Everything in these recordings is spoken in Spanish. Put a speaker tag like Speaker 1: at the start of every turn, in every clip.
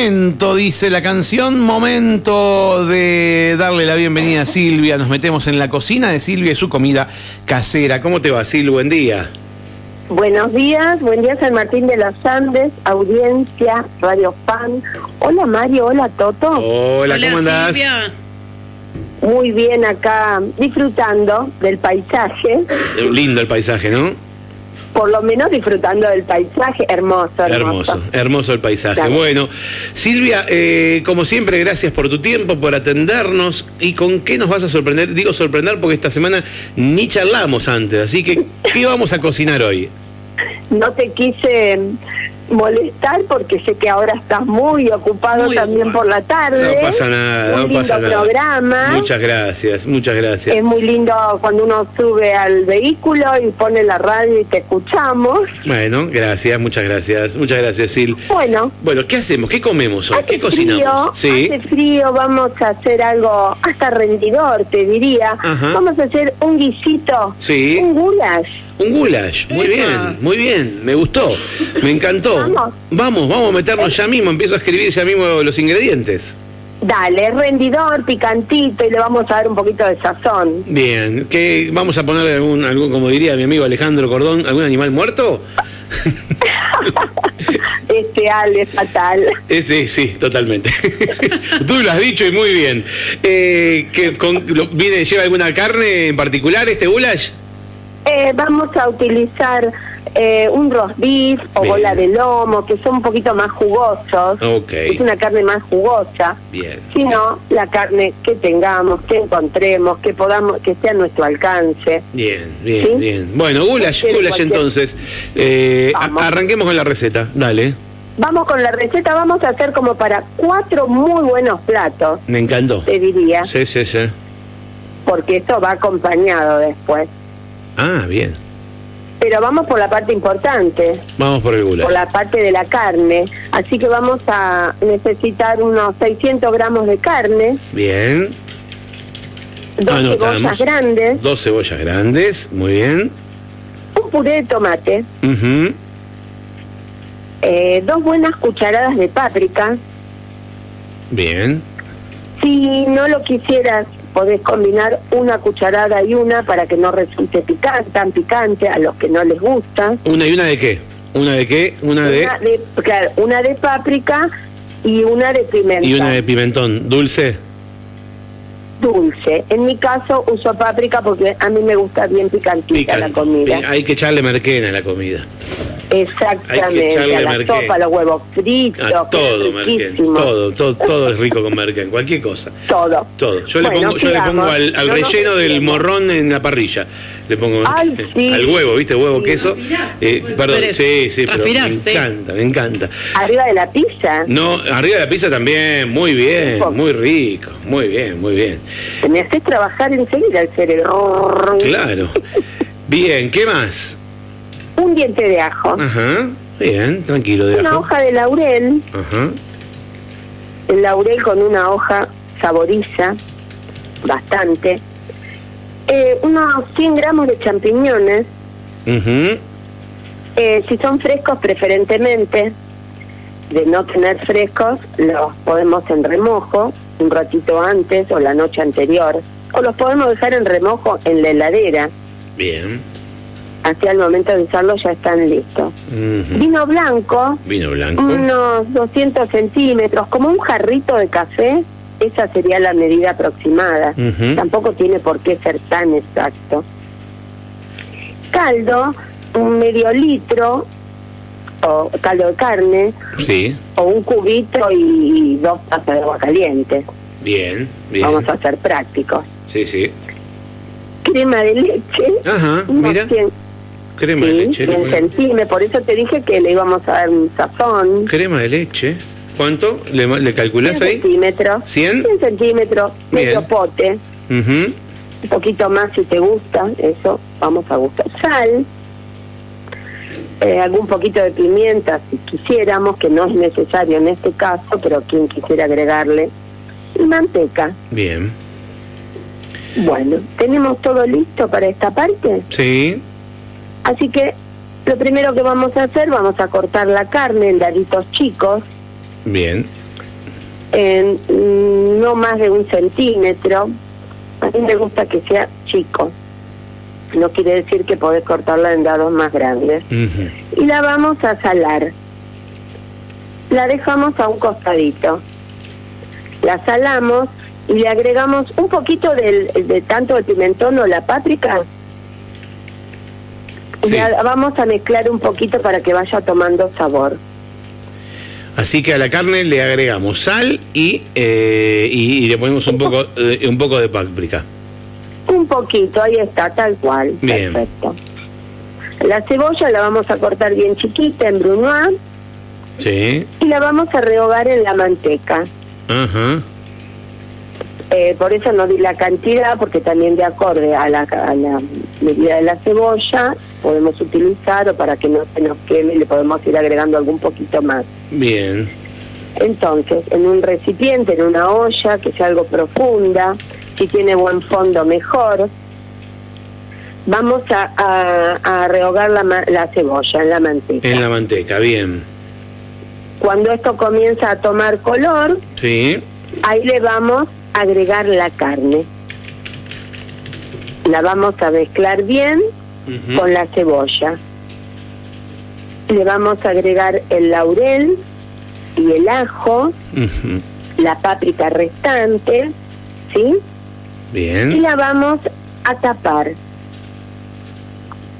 Speaker 1: Momento, dice la canción, momento de darle la bienvenida a Silvia. Nos metemos en la cocina de Silvia y su comida casera. ¿Cómo te va, Sil? Buen día.
Speaker 2: Buenos días, buen día San Martín de las Andes, audiencia, Radio Fan. Hola Mario, hola Toto.
Speaker 1: Hola,
Speaker 3: Hola,
Speaker 1: ¿cómo andás?
Speaker 3: Silvia.
Speaker 2: Muy bien acá, disfrutando del paisaje,
Speaker 1: Eh, Lindo el paisaje, ¿no?
Speaker 2: por lo menos disfrutando del paisaje, hermoso, hermoso.
Speaker 1: Hermoso, hermoso el paisaje.
Speaker 2: Claro.
Speaker 1: Bueno, Silvia, eh, como siempre, gracias por tu tiempo, por atendernos. ¿Y con qué nos vas a sorprender? Digo sorprender porque esta semana ni charlamos antes, así que, ¿qué vamos a cocinar hoy?
Speaker 2: No te quise molestar porque sé que ahora estás muy ocupado
Speaker 3: Muy
Speaker 2: también
Speaker 3: ocupado.
Speaker 2: por la tarde.
Speaker 1: No pasa nada,
Speaker 2: Muy
Speaker 1: no pasa
Speaker 2: ¿Eh? lindo
Speaker 1: nada.
Speaker 2: programa.
Speaker 1: Muchas gracias, muchas gracias.
Speaker 2: Es muy lindo cuando uno sube al vehículo y pone la radio y te escuchamos.
Speaker 1: Bueno, gracias, muchas gracias, muchas gracias, Sil.
Speaker 2: Bueno,
Speaker 1: Bueno, ¿qué hacemos? ¿Qué comemos hoy?
Speaker 2: Hace
Speaker 1: ¿Qué cocinamos?
Speaker 2: Frío,
Speaker 1: sí.
Speaker 2: Hace frío, vamos a hacer algo hasta rendidor, te diría.
Speaker 1: Ajá.
Speaker 2: Vamos a hacer un guisito,
Speaker 1: Sí.
Speaker 2: un goulash.
Speaker 1: Un goulash, muy
Speaker 3: Epa.
Speaker 1: bien, muy bien, me gustó, me encantó.
Speaker 2: Vamos.
Speaker 1: vamos, vamos a meternos ya mismo, empiezo a escribir ya mismo los ingredientes.
Speaker 2: Dale, rendidor, picantito y le vamos a dar un poquito de sazón.
Speaker 1: Bien, ¿qué vamos a poner algún, algún como diría mi amigo Alejandro Cordón, algún animal muerto?
Speaker 2: Este Ale es fatal.
Speaker 1: Eh, sí, sí, totalmente. Tú lo has dicho y muy bien. Eh, ¿qué- con- lo- viene, ¿Lleva alguna carne en particular este goulash?
Speaker 2: Eh, vamos a utilizar eh, un roast beef o
Speaker 1: Bien.
Speaker 2: bola de lomo, que son un poquito más jugosos.
Speaker 1: Ok.
Speaker 2: Es una carne más jugosa.
Speaker 1: Bien.
Speaker 2: sino la carne que tengamos, que encontremos, que podamos, que esté a nuestro alcance.
Speaker 1: Bien, bien,
Speaker 2: ¿Sí?
Speaker 1: bien. Bueno, goulash,
Speaker 2: Cualquier-
Speaker 1: goulash
Speaker 2: cualquier-
Speaker 1: entonces. Eh, a-
Speaker 2: Vamos.
Speaker 1: arranquemos con la receta, dale.
Speaker 2: Vamos con la receta, vamos a hacer como para cuatro muy buenos platos,
Speaker 1: Me encantó.
Speaker 2: te diría,
Speaker 1: Sí, sí, sí.
Speaker 2: porque esto va acompañado después.
Speaker 1: Ah, bien.
Speaker 2: Pero vamos por la parte importante,
Speaker 1: Vamos por el
Speaker 2: por
Speaker 1: goulash.
Speaker 2: la parte de la carne. Así que vamos a necesitar unos 600 gramos de carne,
Speaker 1: Bien.
Speaker 2: dos
Speaker 1: Anotamos.
Speaker 2: cebollas grandes,
Speaker 1: Dos cebollas grandes. Muy bien.
Speaker 2: un puré de tomate,
Speaker 1: Ujú.
Speaker 2: eh, dos buenas cucharadas de páprica.
Speaker 1: Bien.
Speaker 2: Si no lo quisieras, podés combinar una cucharada y una para que no resulte picante, tan picante a los que no les gusta.
Speaker 1: ¿Una y una de qué? ¿Una de qué? Una de...
Speaker 2: Una de, claro, una de páprica y una de pimienta
Speaker 1: Y una de pimentón. ¿Dulce?
Speaker 2: dulce. En mi caso uso páprica porque a mí me gusta bien picantita la
Speaker 1: Picante.
Speaker 2: comida.
Speaker 1: Bien, Hay que echarle merquena a la comida. Hay que
Speaker 2: Exactamente,
Speaker 1: echarle
Speaker 2: a la
Speaker 1: merquén.
Speaker 2: sopa, a los huevos fritos,
Speaker 1: A
Speaker 2: que es
Speaker 1: todo, merquén.
Speaker 2: riquísimo.
Speaker 1: Todo, todo, todo es rico con merquén. Cualquier cosa.
Speaker 2: Todo.
Speaker 1: Todo. Yo le
Speaker 2: Bueno,
Speaker 1: pongo, yo le
Speaker 2: sigamos.
Speaker 1: pongo al, al
Speaker 2: No nos
Speaker 1: relleno del
Speaker 2: desviemos.
Speaker 1: morrón en la parrilla. Le pongo
Speaker 2: Ay, sí.
Speaker 1: al huevo, ¿viste? Huevo, queso.
Speaker 3: Transpirás,
Speaker 1: Eh,
Speaker 3: Manuel
Speaker 1: perdón,
Speaker 3: Pérez.
Speaker 1: sí, sí, pero me
Speaker 3: Transpirás, sí.
Speaker 1: encanta, me encanta.
Speaker 2: Arriba de la pizza.
Speaker 1: No, arriba de la pizza también, muy bien,
Speaker 2: Rico.
Speaker 1: muy rico, muy bien, muy bien.
Speaker 2: Te Me haces trabajar enseguida el cerebro.
Speaker 1: Claro. Bien, ¿qué más?
Speaker 2: Un diente de ajo.
Speaker 1: Ajá, bien, tranquilo Ah, de
Speaker 2: Una
Speaker 1: ajo.
Speaker 2: hoja de laurel,
Speaker 1: Ajá,
Speaker 2: el laurel con una hoja saboriza bastante. Eh, unos 100 gramos de champiñones,
Speaker 1: ujú,
Speaker 2: eh, si son frescos preferentemente, de no tener frescos, los podemos en remojo un ratito antes o la noche anterior, o los podemos dejar en remojo en la heladera,
Speaker 1: bien.
Speaker 2: hacia el momento de usarlos ya están listos.
Speaker 1: ujú.
Speaker 2: Vino blanco,
Speaker 1: Vino blanco.
Speaker 2: Unos 200 centímetros, como un jarrito de café, esa sería la medida aproximada.
Speaker 1: Ujú.
Speaker 2: Tampoco tiene por qué ser tan exacto. Caldo, un medio litro, o caldo de carne,
Speaker 1: Sí,
Speaker 2: o un cubito y dos tazas de agua caliente.
Speaker 1: bien, bien.
Speaker 2: Vamos a ser prácticos.
Speaker 1: Sí, sí.
Speaker 2: Crema de leche.
Speaker 1: Ajá,
Speaker 2: unos
Speaker 1: mira,
Speaker 2: 100,
Speaker 1: crema de
Speaker 2: sí,
Speaker 1: leche.
Speaker 2: 100
Speaker 1: le ponemos.
Speaker 2: centímetros. Por eso te dije que le íbamos a dar un sazón.
Speaker 1: Crema de leche. ¿Cuánto? ¿Le, le calculás
Speaker 2: 100
Speaker 1: ahí?
Speaker 2: centímetros.
Speaker 1: 100.
Speaker 2: 100 centímetros,
Speaker 1: Bien.
Speaker 2: medio pote,
Speaker 1: Ujú,
Speaker 2: un poquito más si te gusta, eso vamos a gustar. Sal, eh, algún poquito de pimienta si quisiéramos, que no es necesario en este caso, pero quien quisiera agregarle, y manteca.
Speaker 1: Bien.
Speaker 2: Bueno, tenemos todo listo para esta parte,
Speaker 1: Sí,
Speaker 2: así que lo primero que vamos a hacer, vamos a cortar la carne en daditos chicos,
Speaker 1: Bien.
Speaker 2: en mm, no más de un centímetro. A mí me gusta que sea chico. No quiere decir que podés cortarla en dados más grandes.
Speaker 1: Ujú.
Speaker 2: Y la vamos a salar. La dejamos a un costadito. La salamos y le agregamos un poquito del, de tanto el pimentón o la pátrica. Y
Speaker 1: Sí.
Speaker 2: la vamos a mezclar un poquito para que vaya tomando sabor.
Speaker 1: Así que a la carne le agregamos sal y, eh, y, y le ponemos un poco, eh, un poco de páprica.
Speaker 2: Un poquito, ahí está, tal cual.
Speaker 1: Bien.
Speaker 2: Perfecto. La cebolla la vamos a cortar bien chiquita en brunoise
Speaker 1: Sí.
Speaker 2: y la vamos a rehogar en la manteca.
Speaker 1: Ajá.
Speaker 2: Eh, por eso no di la cantidad, porque también de acorde a la, a la medida de la cebolla podemos utilizar o para que no se nos queme le podemos ir agregando algún poquito más.
Speaker 1: Bien.
Speaker 2: Entonces, en un recipiente, en una olla que sea algo profunda, si tiene buen fondo mejor, vamos a, a- a rehogar la, ma- la cebolla en la manteca.
Speaker 1: En la manteca, bien.
Speaker 2: Cuando esto comienza a tomar color,
Speaker 1: Sí.
Speaker 2: ahí le vamos a agregar la carne. La vamos a mezclar bien
Speaker 1: Ujú.
Speaker 2: con la cebolla. Le vamos a agregar el laurel y el ajo.
Speaker 1: Ujú.
Speaker 2: la páprica restante, ¿sí? Y
Speaker 1: Bien.
Speaker 2: la vamos a tapar.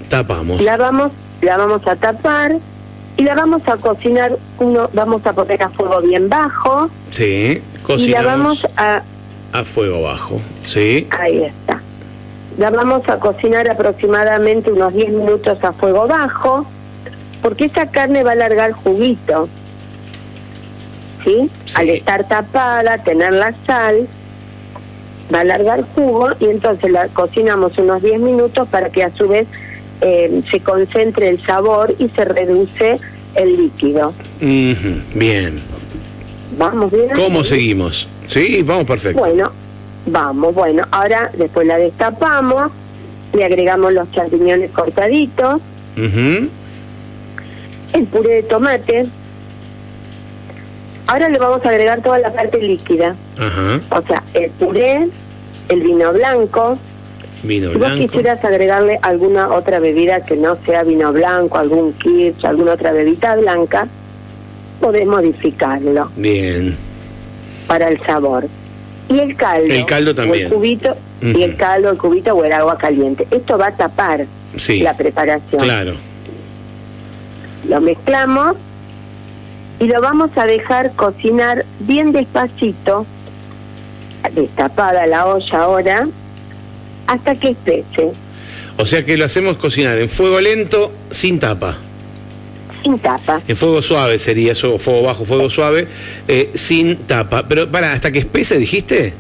Speaker 1: Tapamos.
Speaker 2: La vamos, la vamos a tapar y la vamos a cocinar, uno, vamos a poner a fuego bien bajo
Speaker 1: Sí.
Speaker 2: y la
Speaker 1: Cocinamos
Speaker 2: vamos a,
Speaker 1: a fuego bajo. Sí.
Speaker 2: ahí está. La vamos a cocinar aproximadamente unos 10 minutos a fuego bajo, porque esa carne va a largar juguito. ¿Sí?
Speaker 1: Sí.
Speaker 2: Al estar tapada, tener la sal, va a largar jugo y entonces la cocinamos unos 10 minutos para que a su vez eh, se concentre el sabor y se reduce el líquido.
Speaker 1: Ujú. Bien.
Speaker 2: ¿Vamos bien?
Speaker 1: ¿Cómo seguimos? Sí, vamos perfecto.
Speaker 2: Bueno, vamos, bueno, ahora después la destapamos, le agregamos los champiñones cortaditos,
Speaker 1: Ujú.
Speaker 2: el puré de tomate. Ahora le vamos a agregar toda la parte líquida,
Speaker 1: Ajá.
Speaker 2: o sea, el puré, el vino blanco.
Speaker 1: Vino
Speaker 2: Si vos
Speaker 1: blanco.
Speaker 2: quisieras agregarle alguna otra bebida que no sea vino blanco, algún kirsch, alguna otra bebida blanca, podés modificarlo
Speaker 1: Bien.
Speaker 2: para el sabor. Y el caldo.
Speaker 1: El caldo
Speaker 2: o
Speaker 1: también.
Speaker 2: el cubito, y el
Speaker 1: Ujú.
Speaker 2: caldo, el cubito o el agua caliente. Esto va a tapar
Speaker 1: Sí.
Speaker 2: la preparación.
Speaker 1: Claro.
Speaker 2: Lo mezclamos y lo vamos a dejar cocinar bien despacito, destapada la olla ahora, hasta que espese,
Speaker 1: O sea que lo hacemos cocinar en fuego lento, sin tapa.
Speaker 2: sin tapa.
Speaker 1: En fuego suave sería eso, fuego bajo, fuego suave, eh, sin tapa. Pero para, hasta que espese, dijiste.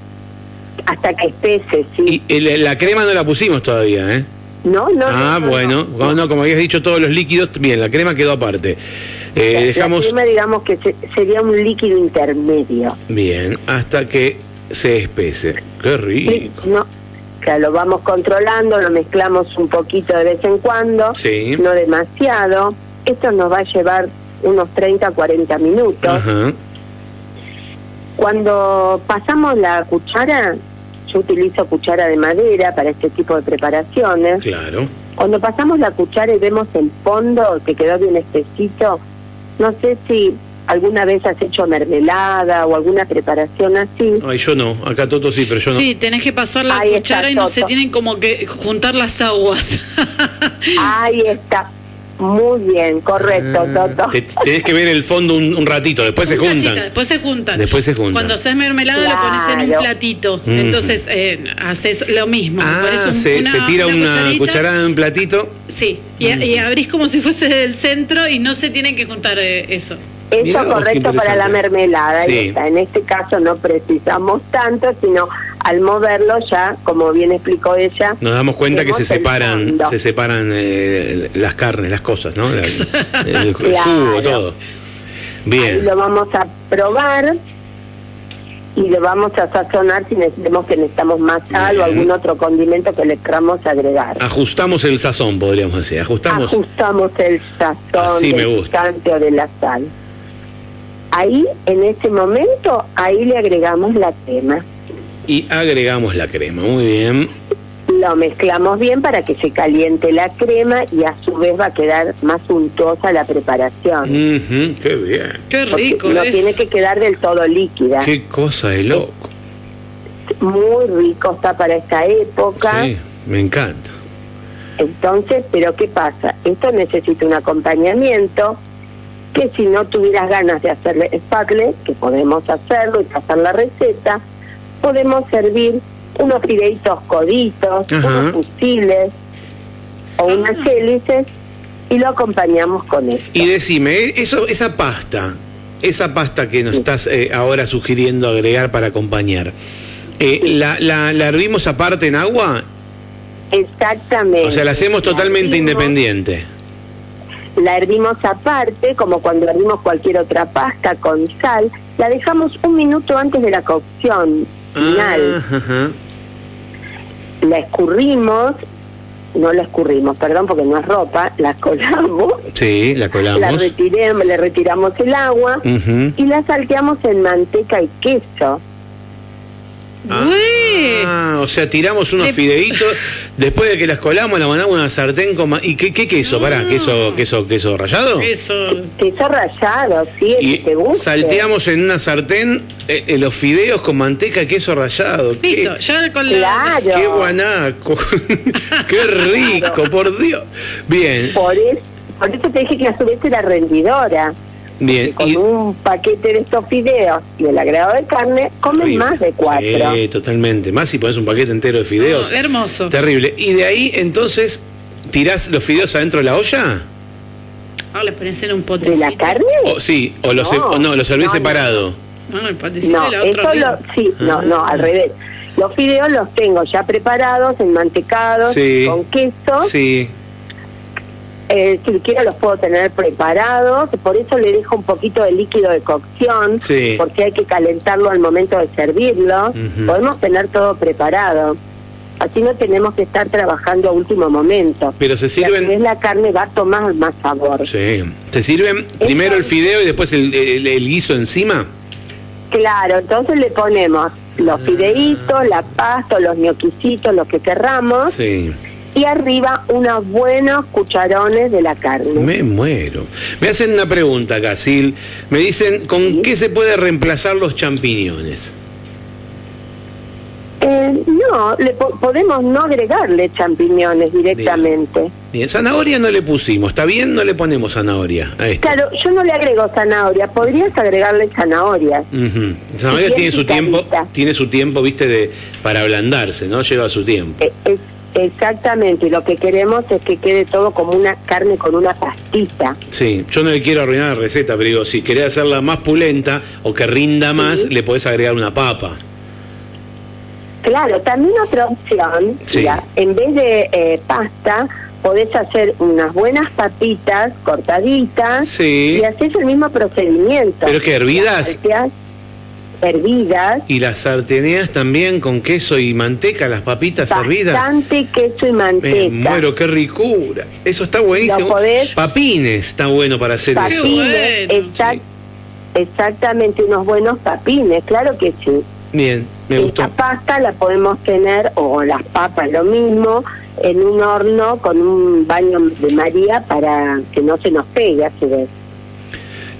Speaker 2: Hasta que espese,
Speaker 1: Y
Speaker 2: sí.
Speaker 1: el- la crema no la pusimos todavía, ¿eh?
Speaker 2: No, no.
Speaker 1: ah,
Speaker 2: no, no,
Speaker 1: bueno,
Speaker 2: no.
Speaker 1: No, como habías dicho, todos los líquidos, bien, la crema quedó aparte. Eh,
Speaker 2: La- la
Speaker 1: dejamos,
Speaker 2: crema, digamos que se- sería un líquido intermedio.
Speaker 1: bien, hasta que se espese. Qué rico.
Speaker 2: No, claro, lo vamos controlando, lo mezclamos un poquito de vez en cuando,
Speaker 1: Sí.
Speaker 2: no demasiado. Esto nos va a llevar unos 30, 40 minutos.
Speaker 1: Ajá,
Speaker 2: Cuando pasamos la cuchara, yo utilizo cuchara de madera para este tipo de preparaciones.
Speaker 1: claro.
Speaker 2: Cuando pasamos la cuchara y vemos el fondo que quedó bien espesito, no sé si alguna vez has hecho mermelada o alguna preparación así.
Speaker 1: Ay, yo no, acá Toto sí, pero yo no.
Speaker 3: Sí, tenés que pasar la
Speaker 2: Ahí está,
Speaker 3: cuchara y no se
Speaker 2: Toto.
Speaker 3: tienen como que juntar las aguas.
Speaker 2: Ahí está. Muy bien, correcto, Toto.
Speaker 1: Ah, Te- tenés que ver el fondo un, un ratito, después se
Speaker 3: Un cachito,
Speaker 1: juntan.
Speaker 3: después se juntan.
Speaker 1: Después se juntan.
Speaker 3: Cuando haces mermelada lo pones en un
Speaker 2: Claro.
Speaker 3: platito.
Speaker 1: Mm.
Speaker 3: Entonces eh, haces lo mismo. Pones
Speaker 1: Ah,
Speaker 3: un-
Speaker 1: se, se tira una, Mm.
Speaker 3: cucharita.
Speaker 1: cucharada en un platito.
Speaker 3: Sí, y, y abrís como si fuese del centro y no se tienen que juntar eh, eso.
Speaker 2: Eso
Speaker 1: Mirá vos, qué
Speaker 2: correcto para la
Speaker 1: interesante.
Speaker 2: mermelada. ahí
Speaker 1: Sí.
Speaker 2: está. En este caso no precisamos tanto, sino al moverlo ya, como bien explicó ella.
Speaker 1: Nos damos cuenta que se
Speaker 2: vemos el
Speaker 1: separan,
Speaker 2: fondo.
Speaker 1: se separan eh, las carnes, las cosas, ¿no? La- el, el jugo,
Speaker 2: Claro.
Speaker 1: todo.
Speaker 2: Ahí
Speaker 1: Bien.
Speaker 2: lo vamos a probar y lo vamos a sazonar si necesitamos que necesitamos más sal
Speaker 1: Bien. Ah,
Speaker 2: o algún otro condimento que le queramos agregar.
Speaker 1: Ajustamos el sazón, podríamos decir. Ajustamos.
Speaker 2: Ajustamos el sazón
Speaker 1: Así me
Speaker 2: del
Speaker 1: gusta.
Speaker 2: picante o de la sal. Ahí, en ese momento, ahí le agregamos la crema.
Speaker 1: Y agregamos la crema, muy bien.
Speaker 2: Lo mezclamos bien para que se caliente la crema y a su vez va a quedar más untuosa la preparación.
Speaker 1: Ujú, qué bien.
Speaker 3: Qué
Speaker 2: Porque
Speaker 3: Mm, rico
Speaker 2: no
Speaker 3: es.
Speaker 2: tiene que quedar del todo líquida.
Speaker 1: Qué cosa de loco.
Speaker 2: Muy rico está para esta época.
Speaker 1: Sí, me encanta.
Speaker 2: Entonces, pero ¿qué pasa? Esto necesita un acompañamiento que si no tuvieras ganas de hacerle espacle, que podemos hacerlo y pasar la receta, podemos servir unos fideitos coditos,
Speaker 1: Ajá.
Speaker 2: unos fusiles o unas hélices y lo acompañamos con esto.
Speaker 1: Y decime, ¿eh? eso, esa pasta, esa pasta que nos estás eh, ahora sugiriendo agregar para acompañar, eh, la, la, la hervimos aparte en agua?
Speaker 2: Exactamente.
Speaker 1: O sea, la hacemos totalmente
Speaker 2: hervimos-
Speaker 1: independiente.
Speaker 2: La hervimos aparte, como cuando hervimos cualquier otra pasta con sal, la dejamos un minuto antes de la cocción final.
Speaker 1: Ah, ajá.
Speaker 2: la escurrimos, no la escurrimos, perdón, porque no es ropa, la colamos,
Speaker 1: Sí, la
Speaker 2: la
Speaker 1: colamos.
Speaker 2: retiremos, le retiramos el agua
Speaker 1: Ujú.
Speaker 2: y la salteamos en manteca y queso.
Speaker 3: Güey.
Speaker 1: Ah, o sea, tiramos unos
Speaker 3: Le-
Speaker 1: fideitos, después de que las colamos, la mandamos a una sartén con... ma- ¿Y qué, qué queso? Pará, ¿queso, queso, queso rallado?
Speaker 3: Eso.
Speaker 2: Queso rallado, sí, el
Speaker 1: Y
Speaker 2: que te guste.
Speaker 1: salteamos en una sartén eh, eh, los fideos con manteca, queso rallado. Qué-
Speaker 3: Listo, ya con la...
Speaker 2: Claro.
Speaker 1: Qué guanaco, qué rico, por Dios. Bien,
Speaker 2: Por, es- por eso te dije que a su vez era rendidora.
Speaker 1: bien.
Speaker 2: Con
Speaker 1: y-
Speaker 2: un paquete de estos fideos y el agregado de carne, comen más de cuatro.
Speaker 1: Sí, totalmente. Más si pones un paquete entero de fideos.
Speaker 3: No, hermoso.
Speaker 1: Terrible. Y de ahí, entonces, tirás los fideos adentro de la olla?
Speaker 3: Ahora les pones en un
Speaker 2: ¿De
Speaker 3: potecito.
Speaker 2: la carne?
Speaker 1: O, sí, o los, se-
Speaker 2: No.
Speaker 1: o no, los servís
Speaker 2: No, no.
Speaker 1: separado.
Speaker 3: No, el potecito
Speaker 2: No,
Speaker 3: de la otra.
Speaker 2: eso lo, sí, no, no,
Speaker 1: Ah.
Speaker 2: al revés. Los fideos los tengo ya preparados, enmantecados,
Speaker 1: Sí.
Speaker 2: con queso.
Speaker 1: Sí.
Speaker 2: Eh, si quiero los puedo tener preparados, por eso le dejo un poquito de líquido de cocción,
Speaker 1: Sí.
Speaker 2: porque hay que calentarlo al momento de servirlo.
Speaker 1: Ujú.
Speaker 2: Podemos tener todo preparado. Así no tenemos que estar trabajando a último momento.
Speaker 1: Pero se
Speaker 2: Y a su
Speaker 1: sirven-
Speaker 2: vez la carne va a tomar más sabor.
Speaker 1: Sí. ¿Te sirven primero el fideo y después el, el- el guiso encima?
Speaker 2: Claro, entonces le ponemos
Speaker 1: Ah.
Speaker 2: los fideitos, la pasta, los ñoquisitos, lo que querramos.
Speaker 1: Sí.
Speaker 2: y arriba unos buenos cucharones de la carne.
Speaker 1: Me muero. Me hacen una pregunta acá, Sil. Me dicen, ¿con qué se puede reemplazar los champiñones?
Speaker 2: Eh, no, le po- podemos no agregarle champiñones directamente.
Speaker 1: Bien, zanahoria no le pusimos, ¿está bien? No le ponemos zanahoria a esto.
Speaker 2: Claro, yo no le agrego zanahoria, podrías agregarle zanahorias.
Speaker 1: Ujú. Zanahoria
Speaker 2: Bien
Speaker 1: tiene su tiempo,
Speaker 2: picadita.
Speaker 1: tiene su tiempo, viste, de para ablandarse, ¿no? Lleva su tiempo.
Speaker 2: E- es- exactamente, y lo que queremos es que quede todo como una carne con una pastita.
Speaker 1: Sí, yo no le quiero arruinar la receta, pero digo, si querés hacerla más pulenta o que rinda más, le podés agregar una papa.
Speaker 2: Claro, también otra opción,
Speaker 1: Sí.
Speaker 2: mira, en vez de eh, pasta, podés hacer unas buenas papitas cortaditas
Speaker 1: Sí.
Speaker 2: y haces el mismo procedimiento.
Speaker 1: ¿Pero qué, hervidas?
Speaker 2: Salteás Hervidas,
Speaker 1: Y las sarteneas también con queso y manteca, las papitas hervidas.
Speaker 2: bastante queso y manteca.
Speaker 1: Me muero, qué ricura. Eso está buenísimo.
Speaker 2: Lo podés-
Speaker 1: Papines está bueno para hacer eso.
Speaker 3: Qué
Speaker 2: Papines,
Speaker 3: bueno,
Speaker 2: exact-
Speaker 1: sí.
Speaker 2: exactamente, unos buenos papines, claro que sí.
Speaker 1: Bien, me
Speaker 2: Esta
Speaker 1: gustó.
Speaker 2: pasta la podemos tener, o las papas lo mismo, en un horno con un baño de María para que no se nos pegue, así de,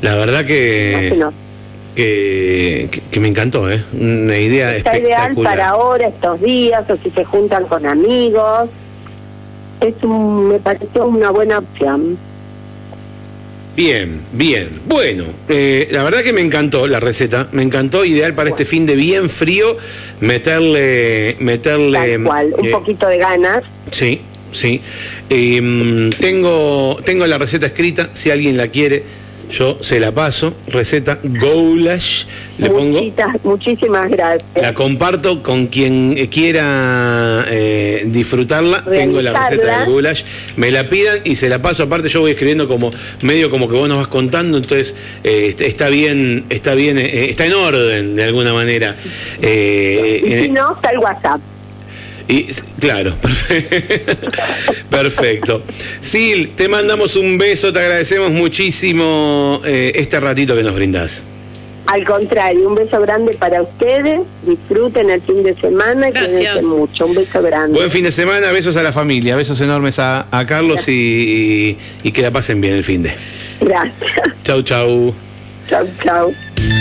Speaker 1: La verdad
Speaker 2: no se
Speaker 1: que...
Speaker 2: nos
Speaker 1: que, que- que me encantó, ¿eh? Una idea
Speaker 2: Está ideal
Speaker 1: espectacular.
Speaker 2: para ahora, estos días, o si se juntan con amigos. Es un, me pareció una buena opción.
Speaker 1: Bien, bien. Bueno, eh, la verdad que me encantó la receta, me encantó, ideal para este fin de bien frío, meterle, meterle.
Speaker 2: Tal cual, un
Speaker 1: eh,
Speaker 2: poquito de ganas.
Speaker 1: Sí, sí. Em, tengo, tengo la receta escrita, si alguien la quiere, yo se la paso. Receta Goulash, le pongo.
Speaker 2: Muchitas- muchísimas gracias.
Speaker 1: La comparto con quien eh, quiera eh, disfrutarla. Tengo la receta del goulash. Me la pidan y se la paso. Aparte, yo voy escribiendo como medio como que vos nos vas contando. Entonces, eh, est- está bien, está bien, eh, está en orden de alguna manera. Eh,
Speaker 2: y
Speaker 1: eh,
Speaker 2: si no, está el WhatsApp.
Speaker 1: y claro, perfecto. Sil, te mandamos un beso. Te agradecemos muchísimo eh, este ratito que nos brindás.
Speaker 2: Al contrario, un beso grande para ustedes. Disfruten el fin de semana y
Speaker 3: Gracias.
Speaker 2: cuídense mucho. Un beso grande.
Speaker 1: Buen fin de semana, besos a la familia, besos enormes a, a Carlos y, y- y que la pasen bien el fin de.
Speaker 2: Gracias.
Speaker 1: Chau, chau.
Speaker 2: Chau, chau.